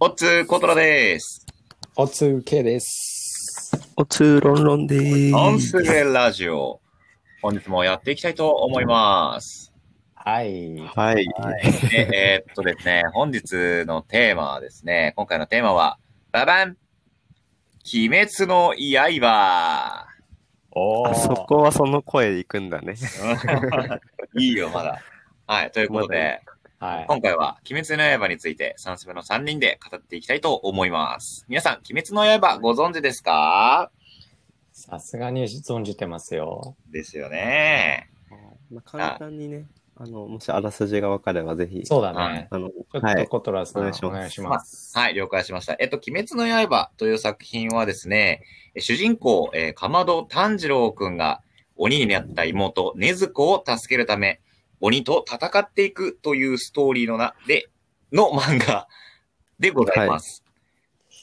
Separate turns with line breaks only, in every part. おつーコトラです。
おつうけです。
おつーロンロンで
オン
ー
ス
す。
レラジオ。本日もやっていきたいと思います。
はい。
はい。
で えーっとですね、本日のテーマはですね、今回のテーマは、ババン鬼滅の 刃
お
あそこはその声で行くんだね。
うんいいよ、まだ。はい、ということで、
はい。
今回は鬼滅の刃について3つ目の3人で語っていきたいと思います。皆さん、鬼滅の刃ご存知ですか
さすがに存じてますよ。
ですよね。
まあ、簡単にね、あの、もしあらすじが分かればぜひ、
そうだ
はい
ね。
あの、
ちょっ
は
と
い。
コトラさん、
お願いしま
お
す
願いします。
はい、了解しました。えっと、鬼滅の刃という作品はですね、え主人公、えーかまど炭治郎くんが鬼になった妹、禰豆子を助けるため、鬼と戦っていくというストーリーのな、で、の漫画でございます。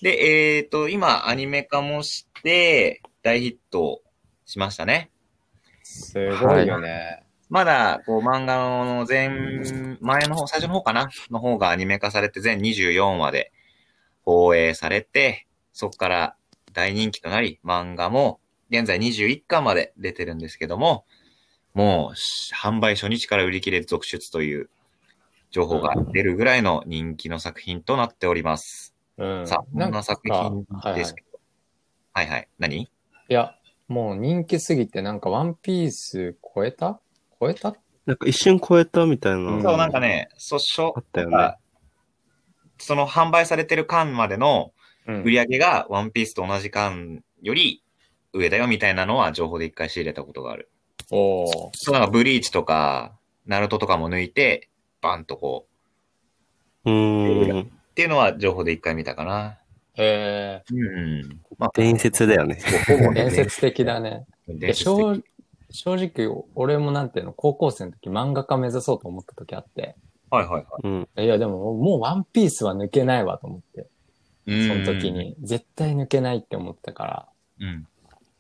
で、えっ、と、今、アニメ化もして、大ヒットしましたね。
すごいよね。
まだ、こう、漫画の前、前の方、最初の方かなの方がアニメ化されて、全24話で放映されて、そこから大人気となり、漫画も現在21巻まで出てるんですけども、もう、し販売初日から売り切れ続出という情報が出るぐらいの人気の作品となっております。
うん。
さあ、こんな作品
はいはい
ですけど。はいはい。何
いや、もう人気すぎて、なんかワンピース超えた超えた
なんか一瞬超えたみたいな。
うん
そう、なんかね、そう、しょ
あったよね
なんかその販売されてる間までの
うん
売り上げがワンピースと同じ間より上だよみたいなのは情報で一回仕入れたことがある。
おー
そう、なんかブリーチとか、ナルトとかも抜いて、バンとこ
うーん。
う。っていうのは情報で一回見たかな。
え
うん。まあ、
伝説だよね。
ほぼ
ー、伝説的だね。いや
伝説的。
正正直、俺もなんていうの、高校生の時漫画家目指そうと思った時あって。
はいはいはい。
うん。
いや、でも、もうワンピースは抜けないわと思って。
うん
その時。に。絶対抜けないって思ったから、
うん。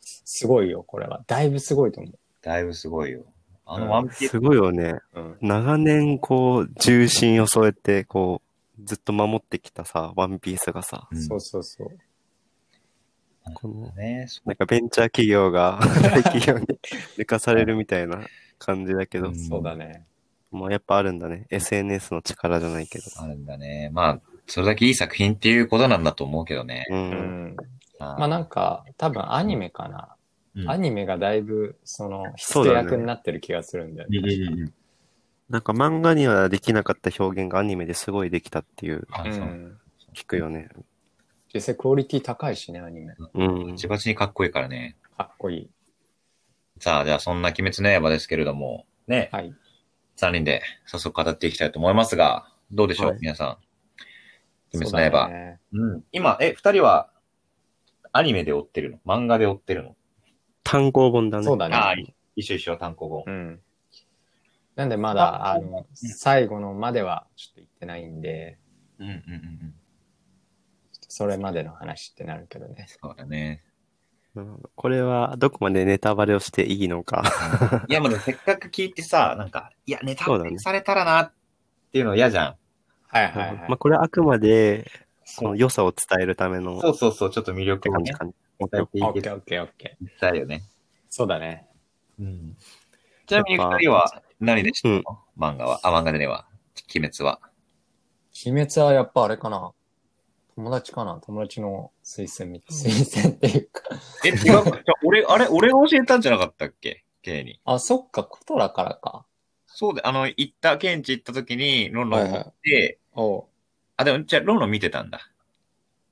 すごいよ、これは。だいぶすごいと思う。
だいぶすごいよ。あのワンピース。
すごいよね。
うん。
長年、こう、重心を添えて、こう、ずっと守ってきたさ、ワンピースがさ、
うん
そうそうそう。
この、
ね、そ
なんかベンチャー企 業が、大企業に抜かされるみたいな感じだけど
う、ん
そうだね。
もうやっぱあるんだね。SNS の力じゃないけど。
あるんだね。まあ、それだけいい作品っていうことなんだと思うけどね。
う。
うんん。
ま
まあなんか、多分アニメかな。
うん
アニメがだいぶ、その、
そ
必要
うだね
役になってる気がするんだよ
う
ね。
んうんうん
なんか漫画にはできなかった表現がアニメですごいできたっていう、
あ
う。
そうん
聞くよね。
実際クオリティ高いしね、アニメ。
うん
バ。チバチにかっこいいからね。
かっこいい。
さあ、じゃあそんな鬼滅の刃ですけれども、ね、
はい。
3人で早速語っていきたいと思いますが、どうでしょう、
はい
皆さん。鬼
そう
滅の
だ
刃。
ね。
うん、今、え、2人はアニメで追ってるの漫画で追ってるの
単行本だね。
そうだ
ああ
ね。、
一緒一緒、単行本。
うん。なんでまだ、あの、最後のまではちょっと行ってないんで、
うんうんうんうん。
それまでの話ってなるけどね。
そうだ ね。
うんこれはどこまでネタバレをしていいのか。
いや、まだせっかく聞いてさ、なんか、いや、ネタ
そう
バ
だね
レされたらなっていうの嫌じゃん。
はいはいはい
まあ。これはあくまで、そ
そ
の
う
良さを伝えるための
そ
っ
うそうそう、ちょっと魅
て
力を
感じ
ね、
かね。
伝えて
オ
い
ッ
け
ケーオッケーオッケー。
たいよね。
そうだね。
うんちなみに二人は何でした
うん。
漫画は、あ、漫画では、鬼滅は。
鬼滅はやっぱあれかな。友達かな友達の推薦み、推薦っていうか。
え、違う。俺、あれ、俺が教えたんじゃなかったっけ ?K に。
あ、そっか、コトラからか。
そうで、あの、行った、ケンチ行った時に、ロンロン
はい
行
は
って、
おう。
あ、でも、じゃあロンロン見てたんだ。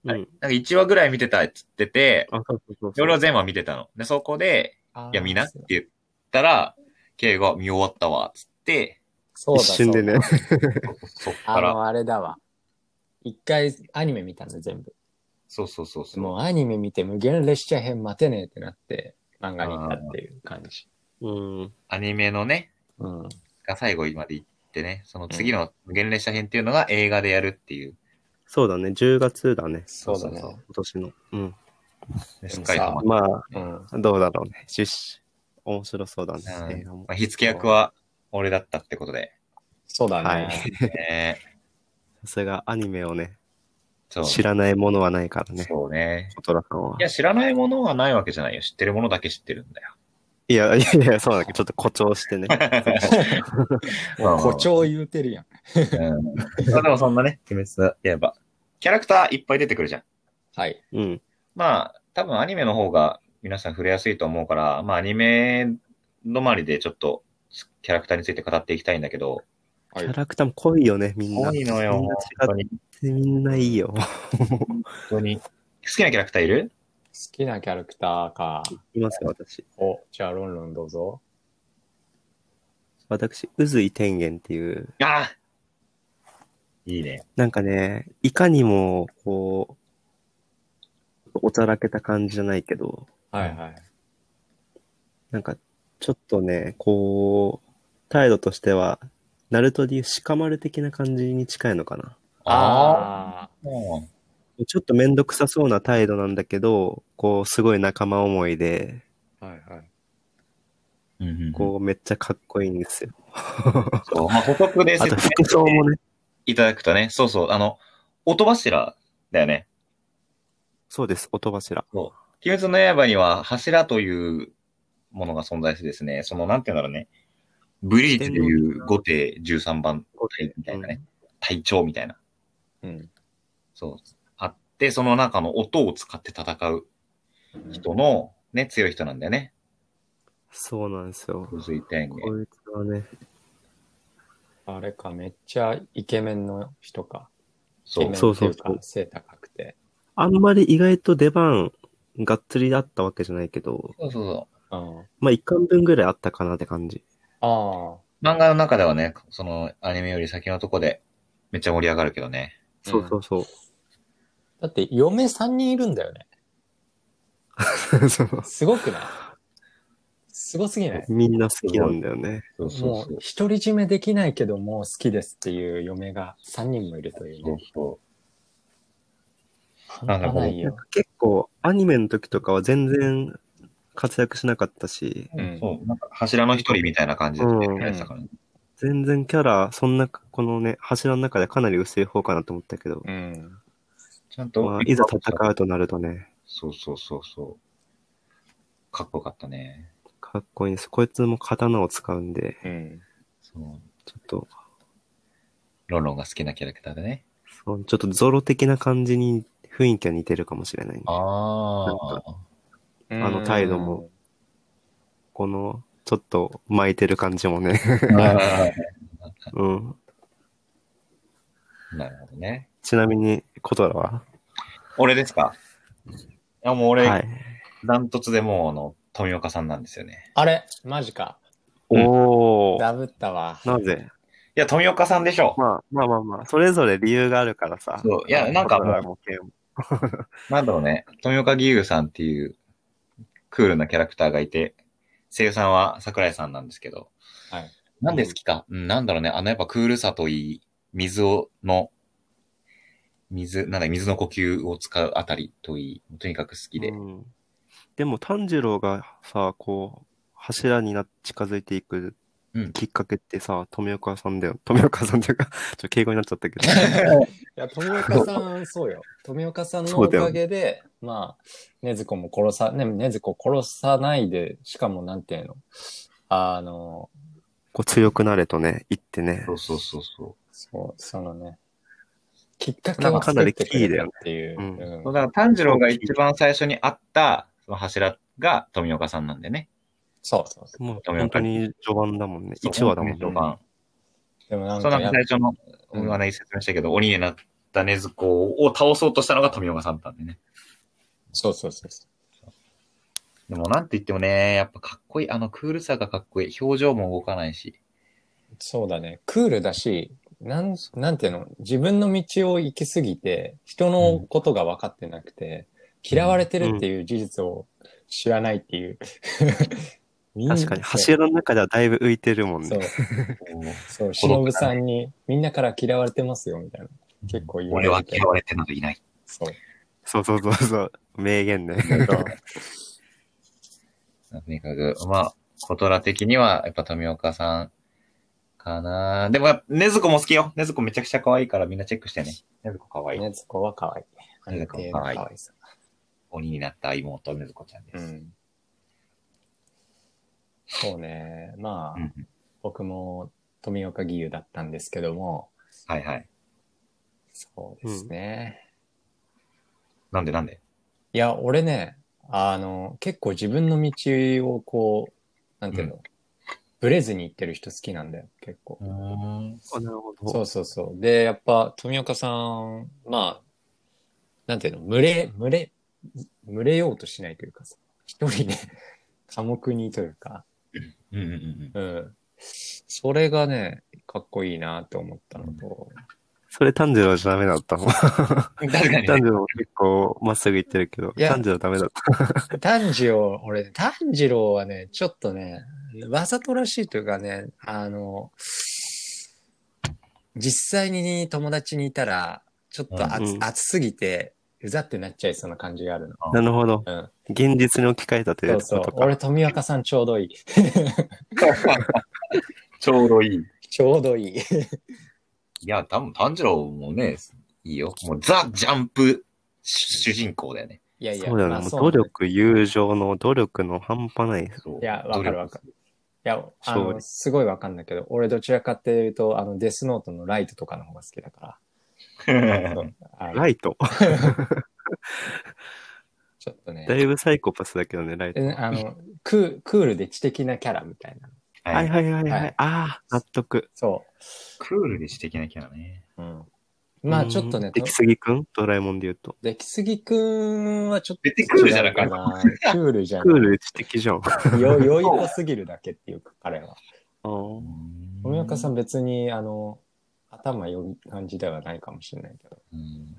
う
はい
ん。
なんか1話ぐらい見てたって言ってて、
あ、そうそうそう
で俺は全話見てたの。で、そこで、
あー
いや、見なって言ったら、K が見終わったわ、つって、
そうだ
一瞬で。ね。
そっ
そうだ
か
あ
ら、
の、あれだわ。一回アニメ見たんだ、全部。
そうそうそうそう。
もうアニメ見て無限列車編待てねえってなって、漫画に行ったっていう感じ。
うん。
アニメのね、
うん。
が最後まで行ってね、その次の無限列車編っていうのが映画でやるっていう。
そうだね。10月だね。
そうだね。
そうそう
今年の。う
で
ん。
でも
す
さ
っかりハマっ
まあ、
うん。
どうだろうね。出資。面白そうだね
た。
映画
うん
も
まあ、火付け役は俺だったってことで。
そうだね。
はい
ね
さすがアニメをね、
そう
知らないものはないからね。
そうね。。
小虎さんはい
や、知らないものはないわけじゃないよ。知ってるものだけ知ってるんだよ。
いや、いやいや、そうなんだけど、ちょっと誇張し てね。
まあまあ
誇張言うてるやん。
うんまあでもそんなね、鬼滅といえば、キャラクターいっぱい出てくるじゃん。
はい。
うん。
まあ、多分アニメの方が皆さん触れやすいと思うから、まあアニメ止まりでちょっとキャラクターについて語っていきたいんだけど、
は
キ
い
ャ。ラクターも濃いよね、みんな。
多いのよ、
みん
本
な
当
違
に。本
ってみんないいよ。
当に。好きなキャラクターいる
好きなキャラクターか。
いますよ、私。
お、じゃあ、ロンロンどうぞ。
私、渦井天元っていう、
ああいいね。
なんかね、いかにも、こう、おちゃらけた感じじゃないけど、
はいはい。
なんか、ちょっとね、こう、態度としては、ナルトでいう鹿丸的な感じに近いのかな。
あ
うん
ちょっとめんどくさそうな態度なんだけど、こう、すごい仲間思いで、
あ。はいはい。
うんうん
こう、めっちゃかっこいいんですよ。
そうまあ補足で
あ
説
と、
明
服装もね、
いただくとね、そうそう、あの、音柱だよね。
そうです、音柱。
鬼滅の刃には柱というものが存在してですね、その、なんていうんだろうね、ブリーチでいう5手13番隊みたいなね、隊長みたいな、
うん。
そう、あって、その中の音を使って戦う人の、ね、強い人なんだよね。
そうなんですよ。
続いて、
こいつはね、
あれか、めっちゃイケメンの人か。イ
そ
ケ
う
メンっ。て
そう
い
そう
う
そう
か、背高くて。
あんまり意外と出番がっつりあったわけじゃないけど、
そうそうそ
うん。あ
まあ一巻分ぐらいあったかなって感じ。
あ。
う。漫画の中ではね、そのアニメより先のとこでめっちゃ盛り上がるけどね。
そうそうそう。
だって、嫁3人いるんだよね。
そう
すごくないすごすぎない
みんな好きなんだよね。
そうそう
も
そう
う、。独り占めできないけど、もう好きですっていう嫁が3人もいるという
そう
ね。
そ
半端ない
なん
よ。
か結構アニメの時とかは全然活躍しなかったし、
う。
うん
そうなんか柱の一人みたいな感じでやってたからね。
全然キャラ、そんな、このね、柱の中でかなり薄い方かなと思ったけど、
うん。
ちゃんと、
まあ、いざ戦うとなるとね、
そうそうそうそう。かっこよかったね。
かっこいいです。こいつも刀を使うんで、
うん。
そう。
ちょっと、
ロンロンが好きなキャラクターでね。
そうちょっとゾロ的な感じに雰囲気は似てるかもしれないね。
あ
なん
あ。
あ
の態度も。この、ちょっと巻いてる感じも ね。 うん。
なるほどね。
ちなみに、コトラは
俺ですかいや、もう
は
俺、
い。
ダントツでもう、あの、富岡さんなんですよね。
あれマジか。
うん
おー。
ダブったわ。
なぜ
いや、富岡さんでしょ。
まあまあまあまあ、それぞれ理由があるからさ。
そう。いや、なんか
コ
も
トラ
う、
もケイも
なんだろうね。富岡義勇さんっていう、クールなキャラクターがいて、声優さんは桜井さんなんですけど、
はい。
なんで好きか、うん、なんだろうね。あの、やっぱクールさといい、水を、の、水、なんだ、水の呼吸を使うあたりといい、とにかく好きで。
うんでも、炭治郎がさ、こう、柱になって近づいていく
うん
きっかけってさ、富岡さんだよ。 富岡さんっていうか、ちょっと敬語になっちゃったけど。
いや、富岡さん、そうよ。富岡さんの
そう
お
だよ
かげで、まあ、ねずこも殺さ、ね、ねずこ殺さないで、しかもなんていうの、あの、
こう強くなれとね、言ってね
そ。うそうそうそ
そう、そのね、きっかけを作ってくれたっていう。
なんかかなりキーだ
う。
う
だ
ん
から炭治郎が一番最初にあった、その柱が富岡さんなんでね。
そうそうそ
もう本当に序盤だもんね。
そう
1話だもんね。
序盤。
う。でもなん
そうな
か
ん
や
か
っ
最初の、
うん
俺はね、説明したけど、鬼になった禰豆子を倒そうとしたのが富岡さんだったんでね。
そうそうそうそ
でもなんて言ってもね、やっぱかっこいい。あのクールさがかっこいい。表情も動かないし。
う。そうだね。クールだし、なん、なんていうの、自分の道を行き過ぎて、人のことが分かってなくて、嫌われてるっていう事実を知らないっていう。
確か
走る
に、柱の中ではだいぶ浮いてるもん
そう
ね。。
そう、しのぶさんに、みんなから嫌われてますよ、みたいな。結構言わ
俺
れ
は
て
嫌われてなどいない。
そう。
そうそうそうそう。名言 ね。
とにかく、まあ、コトラ的には、やっぱ富岡さんかなでも、ねずこも好きよ。ねずこめちゃくちゃ可愛いからみんなチェックしてね。ねずこ可愛い。
ねずこは可愛い。
ねずこは可愛い鬼になった妹、ねずこちゃんで
う
す。
ん。そうね。まあ、
うんうん
僕も富岡義勇だったんですけども、
はいはい。
そうですね。
なんでなんで
いや、俺ね、あの、結構自分の道をこう、なんていうの、ブレずに行ってる人好きなんだよ、結構。
うん。
あ、なるほど。
そうそうそう。で、やっぱ、富岡さん、まあ、なんていうの、群れ、群れ、群れようとしないというかさ、一人で 寡黙にというか、
うんうんうん。
うん。それがね、かっこいいなと思ったのと、
それ炭治郎じゃダメだったの。
確かに、
炭
ね。
治郎結構まっすぐ行ってるけど、
いや
炭治郎ダメだった。
炭治郎、俺、炭治郎はね、ちょっとね、わざとらしいというかね、あの、実際に友達にいたら、ちょっと熱,、
うんうん
熱すぎて、うざってなっちゃいそうな感じがあるの。
なるほど。
うん。
現実に置き換えたとい
そうう
こと
そ
か。
う。俺、富岡さんちょうどい い。
ちょうどいい。
ちょうどいい。
いや、多分炭治郎もね、いいよ。もうザ・ジャンプ主人公だよね。
いやいや、
そうだよね。
まあ
もう
そうな
努
んだ
力、友情の努力の半端ない。
そう
いや、わかるわかる。いや、あ
勝
の、
利
すごいわかんないけど、俺どちらかっていうと、あの、デスノートのライトとかの方が好きだか
努
ら。
力
そうあの
ライト。
ちょっとね
だ。いぶサイコパスだけどね、ライト。
えあのクー、クールで知的なキャラみたいな。
は
はいいはいはいはい。
はい
ああ、納得。
そ
クールで知的なキャラね。
う。うん。まあちょっと
うん
ね、
出来すぎくんドラえもんで言うと。
出来すぎくんはちょっと
出てクールじゃなか
違
っ
う
た
な。クールじゃ
クー
な
ル知 的じゃん。あ
い。 よ、良い子すぎるだけっていうか、彼は。
ー
富岡さ
ん。
ん別に、あの、頭良い感じではないかもしれないけど。
うん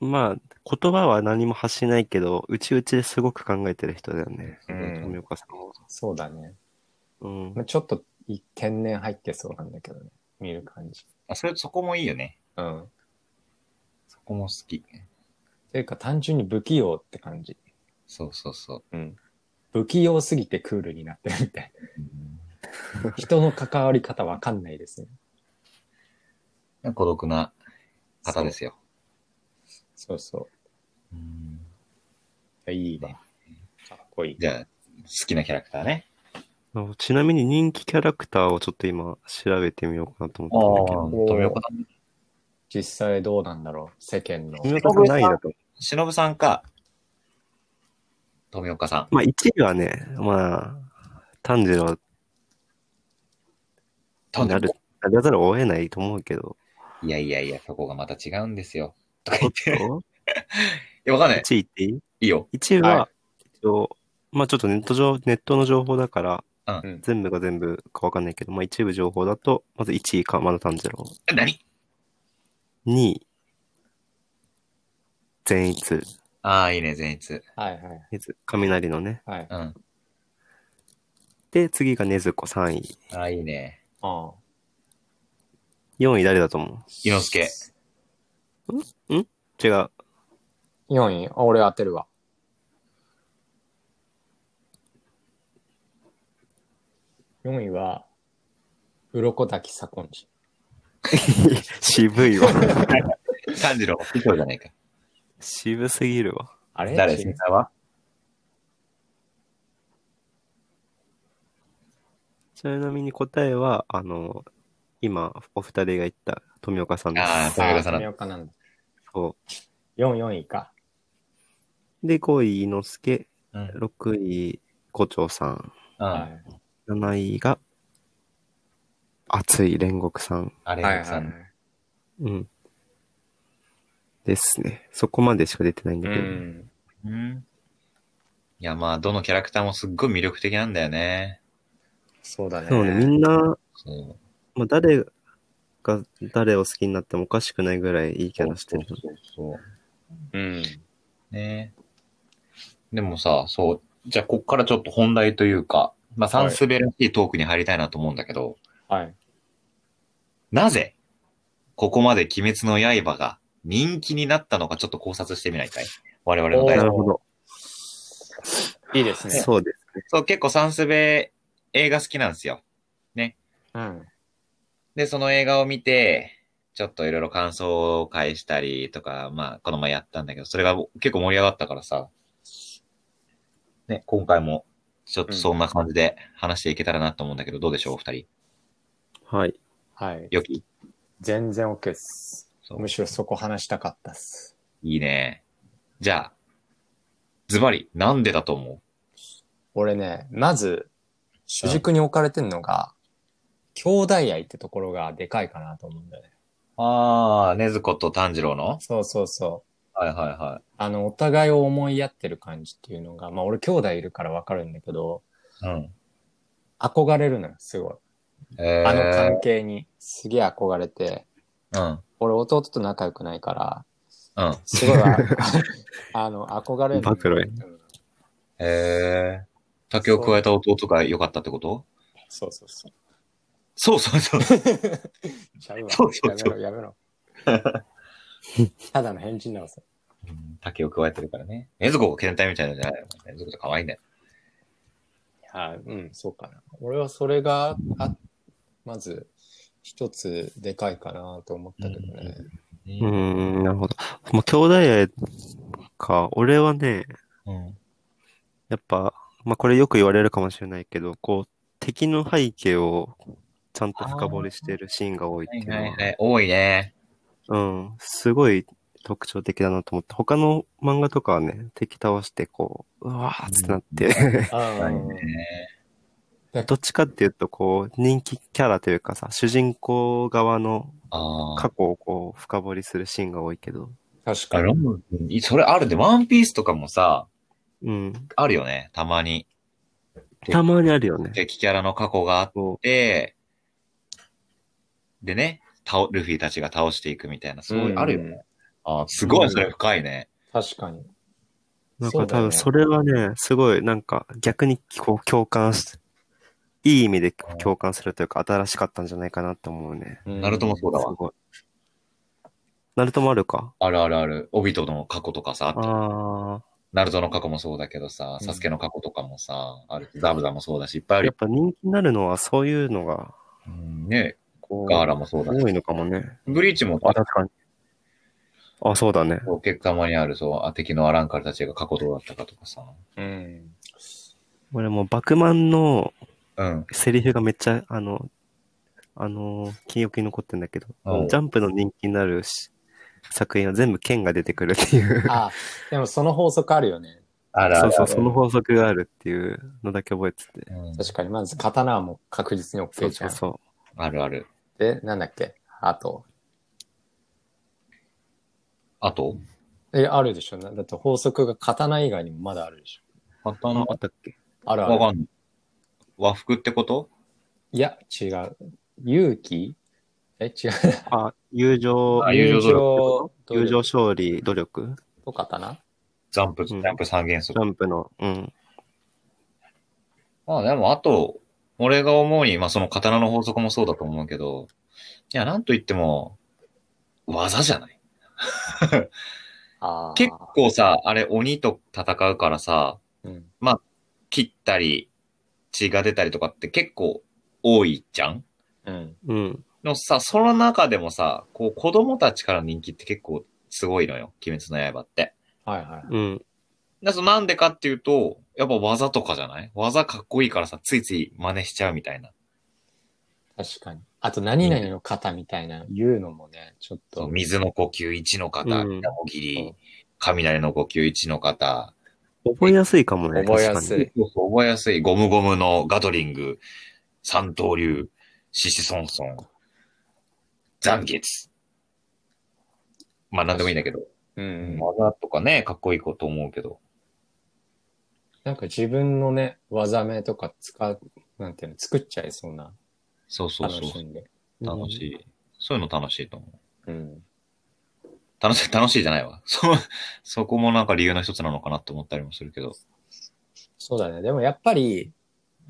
まあ、言葉は何も発しないけど、うちうちですごく考えてる人だよね。
うん
富岡さんは。
そうだね。
うん
ま。あちょっとい天然入ってそうなんだけどね。見る感じ。
あそれ、そこもいいよね。
うん。っ
そこも好き。
ていうか単純に不器用って感じ。
そうそうそう。
うん。不器用すぎてクールになってるみたい な。人の関わり方わかんないですね。
うん孤独な方ですよ。
そうそ
うん
う。いいね。かっこいい。
じゃあ、好きなキャラクターね。
あちなみに人気キャラクターをちょっと今調べてみようかなと思ったんだけど。
ー
富岡さん。
実際どうなんだろう世間の。
富岡さんないだと。
忍さんか、富岡さん。
まあ、1位はね、まあ、炭治郎になる、ならざるを得ないと思う けど。
いやいやいや、そこがまた違うんですよ。とか
お
言
っ
って。い
と
や、わかんない。
1位ってい い
いいよ。
1位は、
は
一応、まあちょっとネット上、ネットの情報だから、
うん
全部が全部かわかんないけど、まあ一部情報だと、まず1位か、まだ炭治郎。
え何
2位、善逸。
ああ、いいね、善逸。
はいはい。
ねず雷のね。
はい。
う
あ
ん。あ
で、次が禰豆子3位。
あ、いいね。
あ。
4位誰だと思
伊之助。
う違う。
4位。あ俺当てるわ。4位は、鱗滝左近寺。
渋いわ。
炭治郎、師匠じゃないか。
渋すぎるわ。
あれ
誰
違
先
う
輩は
ちなみに答えは、あの、今、お二人が言った富岡さんです。
ああ、富
あ
岡
あ、
さんだ。
富岡なんだ。
そ
4、4位か。
う。で、5位、伊之助。
うん。
6位、胡蝶さん。
あ
は
7位が、熱い煉獄さん。
あ
い。
れ、
はい
奥
は
さ
い
ん。。
うん。ですね。そこまでしか出てないん
う
だけ
ん。
ど。
うん。いや、まあ、どのキャラクターもすっごい魅力的なんだよね。
そうだね。
そうね、みんな、
そう。
まあ、誰が、誰を好きになってもおかしくないぐらいいいキャラしてる。
そうそう
うん。
ねでもさ、そう。じゃあ、こっからちょっと本題というか、まあ、サンスベらしいトークに入りたいなと思うんだけど、
はい。
なぜ、ここまで鬼滅の刃が人気になったのかちょっと考察してみないかい我々の大事
そ
な
な
るほど。
いいですね。
そうです。
そう、結構サンスベ映画好きなんですよ。ね。
うん。
で、その映画を見て、ちょっといろいろ感想を返したりとか、まあ、この前やったんだけど、それが結構盛り上がったからさ、ね、今回もちょっとそんな感じで話していけたらなと思うんだけど、どうでしょう、お二人。
はい。
はい。
よき。
全然 OK っす。
そう
むしろそこ話したかったっす。
いいね。じゃあ、ズバリ、なんでだと思う
俺ね、まず、主軸に置かれてんのが、兄弟愛ってところがでかいかなと思うんだよね。
ああ、ねずこと炭治郎の
そうそうそう。
はいはいは
あの、お互いを思いやってる感じっていうのが、まあ俺兄弟いるからわかるんだけど、
い。うん。
憧れるのよ、すごい。
えー、
あの関係に、すげえ憧れて、
うん。
俺弟と仲良くないから、
うん。
すごい わ、あの、憧れる。
暴露や
うん
えー、竹を加えた弟が良かったってこと
そうそうそう。
そうそうそう。
ちゃうわ
そうそうそう
やめろ、やめろ。ただの変人なのさ。
うん 竹を加えてるからね。ねずこ全体みたいなのじゃないよ。ねずこと可愛いんだよ。
いや、うん、そうかな。俺はそれが、あまず、一つでかいかなと思ったけどね。
うーん、なるほど。もう兄弟愛か。俺はね、
うん。
やっぱ、まあこれよく言われるかもしれないけど、こう、敵の背景をちゃんと深掘りしてるシーンが多いって
はいいう
のは、
はいはい。多いね。
うん、すごい特徴的だなと思って、他の漫画とかはね、敵倒してこう、うわーっつってなって、
ああ、
ね
どっちかっていうと、こう、人気キャラというかさ、主人公側の
あ
過
あ。
去をこう、深掘りするシーンが多いけど、
確
あ
かに。
ロムうんそれあるで、ワンピースとかもさ、
うん、
あるよね、たまに。
たまにあるよね。
敵キャラの過去があっ
こ
て、でね、倒ルフィたちが倒していくみたいな、そういう、あるよね。
ね。
あーすごい、それ深いね。
確かに。
う、なん
そう
か
だ
多
よね
分それはね、すごいなんか逆にこう共感し、いい意味で共感するというか、新しかったんじゃないかなと思うね。
な
ナルトもそうだ
す
わ。
ごい。ナルトもあるか
あるあるある。オビトの過去とかさ、あった
あ
ナルトの過去もそうだけどさ、
うん
サスケの過去とかもさ、あるザブザもそうだし、いっぱいあ
あ、
る
やっ
よ。
ぱ人気になるのはそういうのが、
うん、ね
こう、
ガーラもそうだし。
多いのかもね。
ブリーチも
あ、確かに。あ、そうだね。
結果まにある、そう、あ敵のアランカルたちが過去どうだったかとかさ。
うん。
俺もう、バクマンの
うん。
セリフがめっちゃ、あの、あのー、記憶に残ってんだけど、
うん
ジャンプの人気になるし作品は全部剣が出てくるっていう。
あ、でもその法則あるよね。
あらあ
そ
ら
うそう、その法則があるっていうのだけ覚えてて。
うん
確かに、まず刀はもう確実に
そ
OK
う
じ
そ
ゃ。
うんそ
あるある。
で、なんだっけあと。
あと
え、あるでしょなだって法則が刀以外にもまだあるでし
う。
刀
あったっけ
ょある
わ
ある。
かんない。和服ってこと
いや、違う。勇気え、違う。
あ、友情、
あ友情
努力
友情勝利、努力、
とかかな
ジャンプ、ジ
うん
ャンプ三原
ジ
則。
ャンプの、うん。
まあでも、あと、俺が思うに、まあその刀の法則もそうだと思うけど、いや、なんと言っても、技じゃない
ああ。
結構さ、あれ鬼と戦うからさ、
うん。
切ったり、血が出たりとかって結構多いじゃん
うん。
うん。
のさ、その中でもさ、こう子供たちからの人気って結構すごいのよ。鬼滅の刃って。
はいはい。
うん。
だそのなんでかっていうと、やっぱ技とかじゃない技かっこいいからさ、ついつい真似しちゃうみたいな。
確かに。あと、何々の型みたいな言うのもね、ちょっ
そう
と。
水の呼吸1の型、
うん
矢もぎ
う
り
ん、
雷の呼吸1の型、
覚えやすいかもね。
覚えやす
確かに
い。
そうそう覚えやすい。ゴムゴムのガトリング、三刀流、シシソンソン、残月。まあ、なんでもいいんだけど。
うんうん。
技とかね、かっこいいこと思うけど。
なんか自分のね、技名とか使う、なんていうの、作っちゃいそうな、
そうそう
楽
そう。
しんで。
楽しい。そういうの楽しいと思う。
うん。
楽しい、楽しいじゃないわ。 そう、そこもなんか理由の一つなのかなって思ったりもするけど。
そうだね。でもやっぱり、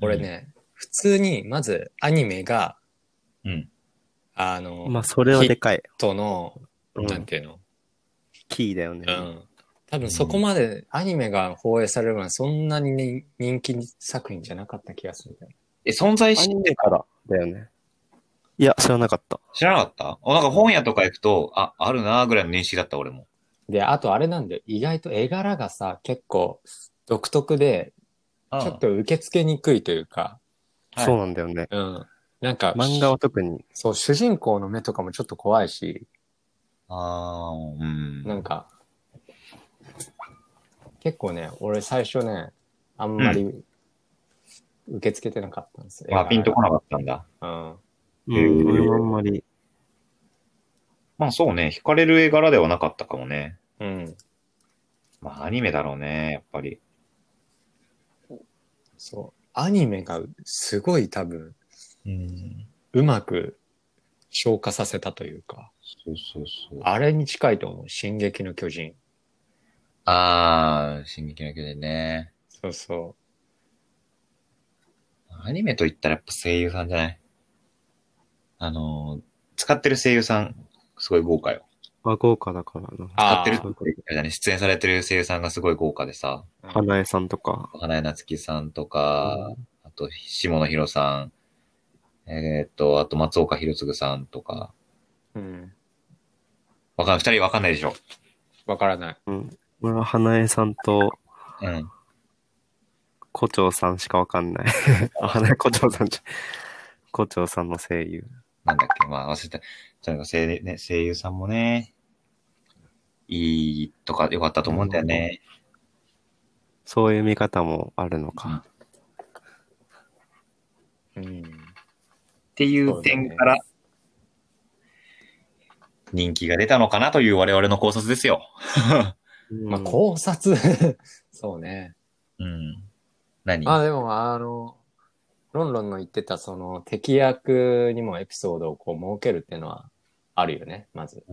俺ね、普通に、まず、アニメが、
うん。
あの、
まあ、それはでかい。
との、
うん
なんていうの、
キーだよね
う。ん。多分そこまでアニメが放映される前、そんなに、ね、人気作品じゃなかった気がするんだよね。
え、存在
ア
し
ニメからだよね。いや、知らなかった。
知らなかったあなんか本屋とか行くと、あ、あるなーぐらいの認識だった、俺も。
で、あとあれなんだよ。意外と絵柄がさ、結構独特で、
うん
ちょっ、と受け付けにくいというか、
はい
そうなんだよね。
うん。なんか、
漫画は特に。
そう、主人公の目とかもちょっと怖いし、
あーうん。
なんか、結構ね、俺最初ね、あんまり受け付けてなかったんですよ。
まあ、ピンとこ
な
なかったんだ。
うん。
う
へー
ん、俺もあんまり。
まあそうね、惹かれる絵柄ではなかったかもね。
うん。
まあアニメだろうね、やっぱり。
そう。アニメがすごい多分、
うん。
うまく消化させたというか、
そうそうそう。
あれに近いと思う。進撃の巨人。
あー、進撃の巨人ね。
そうそ
アニメと言ったらやっぱ声優さんじゃないあのー、使ってる声優さん、すごい豪華よ。
和豪華だからな。
使
あー
ってるって言ったじゃない出演されてる声優さんがすごい豪華でさ、
う。
花江さんとか。
花江夏樹さんとか、あと下野紘さん、えーっと、あと松岡弘次さんとか、
うん。
わかんない、二人わかんないでしょ。
わからない。
うん。俺は花江さんと
うん。
胡蝶さんしかわかん ない。あ、花江胡蝶さんじゃ。胡蝶さんの声優。
なんだっけ、まあ忘れた。とにかく声,、ね、声優さんもね、いいとか良かったと思うんだよね。
そういう見方もあるのか。
う
っ
ん。
ていう点から、人気が出たのかなという我々の考察ですよ。
まあ、考察、 そうね。
うん。何
あ、でも、あの、ロンロンの言ってた、その、敵役にもエピソードをこう、設けるっていうのは、あるよね。まず、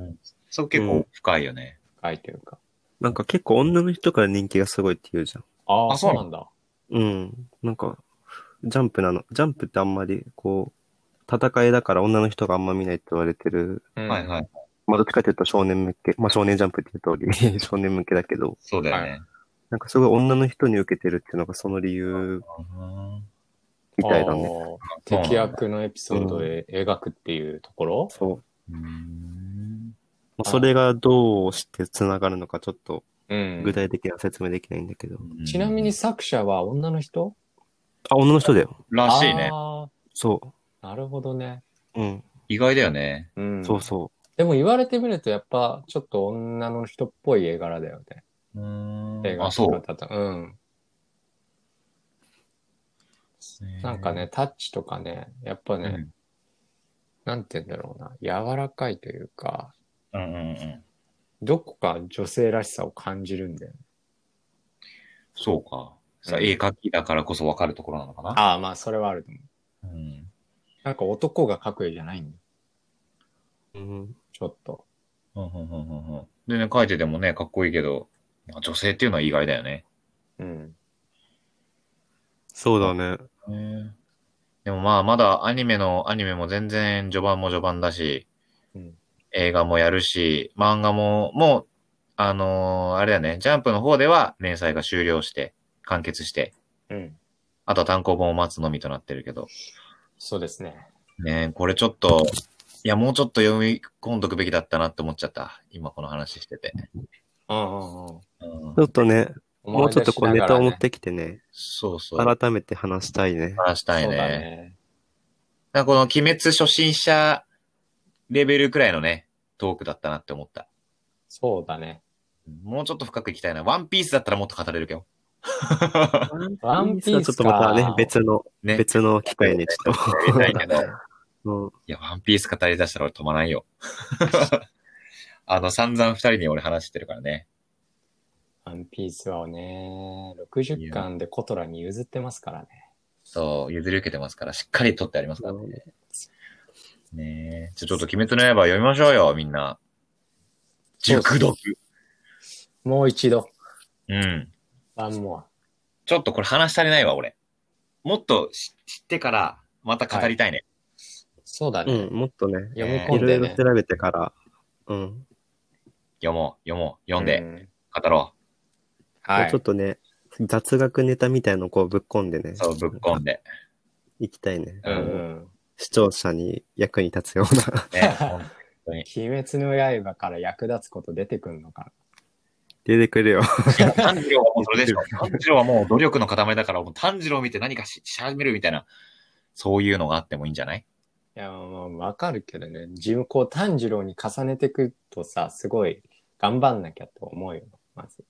そう結構深いよね。
深いというか。
なんか結構女の人から人気がすごいって言うじゃん。
ああ、
あそ
そ
うう
な
なん
だ。
うん。なんか、ジャンプなの。ジャンプってあんまり、こう、戦いだから女の人があんま見ないって言われてる。
うん
はいはい。
まあ、どっちかというと少年向け。まあ、少年ジャンプっていう通り、 少年向けだけど、
そうだよね。
なんかすごい女の人に受けてるっていうのがその理由
うん
みたいだね。
あー敵役のエピソードで描くっていうところ、
そう。
うん
まあそれがどうして繋がるのかちょっと
うん
具体的には説明できないんだけど。
ちなみに、作者は女の人
あ、女の人だよ。
らしいね。
あ
そ
ーなるほどね。
う。うん。
意外だよね。
うん
そうそ
でも言われてみると、やっぱ、ちょっと女の人っぽい絵柄だよね。絵
あ、
柄
そ
の
う。
方とうん。なんかね、タッチとかね、やっぱ
う
ね、
ん。うん
なんて言うんだろうな、柔らかいというか、
うんうん。
どこか女性らしさを感じるんだよね。
そうか。さ、
うん
絵描きだからこそ分かるところなのかな。
ああ、まあ、それはあると思う。
うん。
なんか男が描く絵じゃないんだよ。
う。うん。
ちょっと。
うんうんうんうんうんでね、描いててもね、かっこいいけど、まあ女性っていうのは意外だよね。
うん。
そうだね。
でもまあ、まだアニメの、アニメも全然序盤も序盤だし、
うん
映画もやるし、漫画も、もう、あのーあれだね、ジャンプの方では連載が終了して、完結して、
うん。
あとは単行本を待つのみとなってるけど、
そうですね。
ねえこれちょっと、いや、もうちょっと読み込んどくべきだったなって思っちゃった。今この話してて。
うんうんうん。
うん
ちょっとね、も
思
う
い
ちょ
出
っと
し
こう
な
ネ
が
タ
ら
を
ね
持ってきてね、
そうそう。
改めて話したいね。
話したい
そう
ね。
だね。
なんかこの鬼滅初心者レベルくらいのね、トークだったなって思った。
そうだね。
もうちょっと深くいきたいな。ワンピースだったらもっと語れるけど。
ワンピースか
ちょっとまたね、別の、
ね。
別の機会にちょっ
やりたいけど。い
と。 うん
や、ワンピース語り出したら俺止まないよ。 あの、散々二人に俺話してるからね。
ワンピースはね、60巻でコトラに譲ってますからね。
そう、譲り受けてますから、しっかり取ってありますからね。ねえ。じゃあちょっと鬼滅の刃読みましょうよ、みんな。
そうそう
熟読。
もう一度。
うん。
ワンモア。
ちょっとこれ話し足りないわ、俺。もっと知知ってから、また語りたいね。
そうだ
う
ね。
ん、もっとね、
読み
い
込ん
ろ
で
いろ
ね。
調べてから、うん。
読もう、読もう、読ん
う
で、
ん
語ろ
は
もう
い
ちょっ。とね、雑学ネタみたいのをこうぶっこんでね
う。、そう、ぶっこんで。
いきたいね。
うん
うん
視聴者に役に立つような
ね、本当に。
鬼滅の刃から役立つこと出てくんのか
出てくるよ。
炭治郎はもうそれでしょ。炭治郎はもう努力の塊だから、もう炭治郎を見て何かしし始めるみたいな、そういうのがあってもいいんじゃない
な。いや、まあ、わかるけどね。自分、こう、炭治郎に重ねてくとさ、すごい頑張んなきゃと思うよ。まず。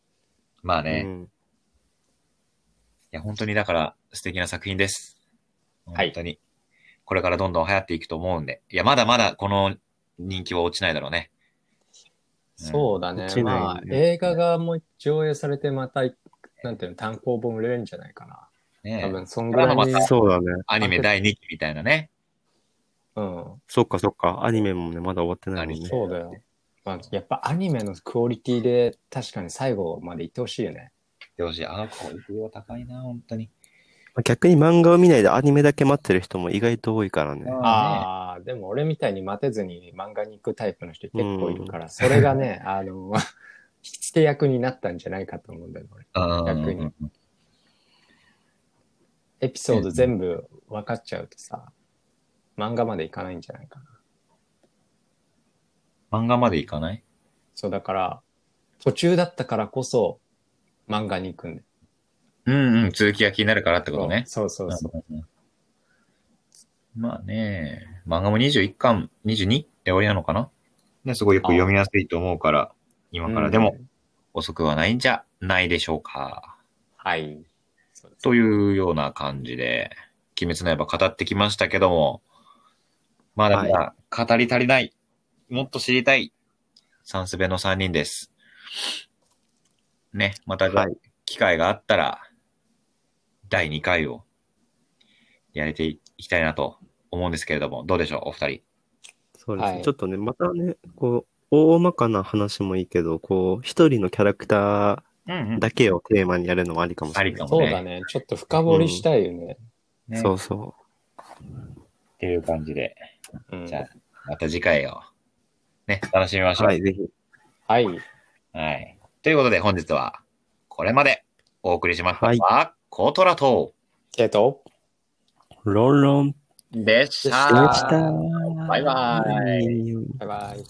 まあね、い
うん
や、本当にだから素敵な作品です。
はい
本当に。これからどんどん流行っていくと思うんで。いや、まだまだこの人気は落ちないだろうね。うん
そうだね
落。ちないよ
まあ、映画がもう上映されて、また、なんていうの、単行本売れるんじゃないかな。
ね
多
え
分、そんぐらい
これ
に
はま。
そうだね。
アニメ第2期みたいなね。
うん。
そっかそっか。アニメもね、まだ終わってないも
ア
ん
ニ
ね。
そうだよ。まあ、やっぱアニメのクオリティで、確かに最後まで行ってほしいよね。
でほしい。ああ、こう、育は高いな、本当に。
まあ逆に漫画を見ないでアニメだけ待ってる人も意外と多いからね。
あ
ああ、でも俺みたいに待てずに漫画に行くタイプの人結構いるから、それがね、 あの、引き付け役になったんじゃないかと思うんだよね、俺。
あね、
逆
うん
にエピソード全部分かっちゃうとさ、漫画まで行かないんじゃないかな。
漫画までいかない
そう、だから、途中だったからこそ漫画に行くんだよ。
うんうん、続きが気になるからってことね。
そうそうそう。
うんまあね、漫画も21巻、22って終わりなのかなね、すごいよく読みやすいと思うから、今からでも
うん。
遅くはないんじゃないでしょうか。
はい。そうです
というような感じで、鬼滅の刃語ってきましたけども、まだまだ語り足りない、もっと知りたい、サンスベの3人です。ね、またじゃあ
はい
機会があったら、第2回をやれていきたいなと思うんですけれども、どうでしょう、お二人。
そうですね。
はい
ちょっとね、またね、こう、大まかな話もいいけど、こう、一人のキャラクタ
うんう
ー
ん
だけをテーマにやるのもありかもしれない。
ありかも
そうだね。ちょっと深掘りしたいよね。
ね、
そ
っ
うそ
ていう感じで、
うん
じゃあ、また次回を、ね、楽しみまし
う。
ょう。
はい、ぜひ。
はい。
はい。ということで本日はこれまでお送りしましたのは、コートラと
えっと、
ロンロン
でした。
でした。
バイバイ
イ。
バイバイ。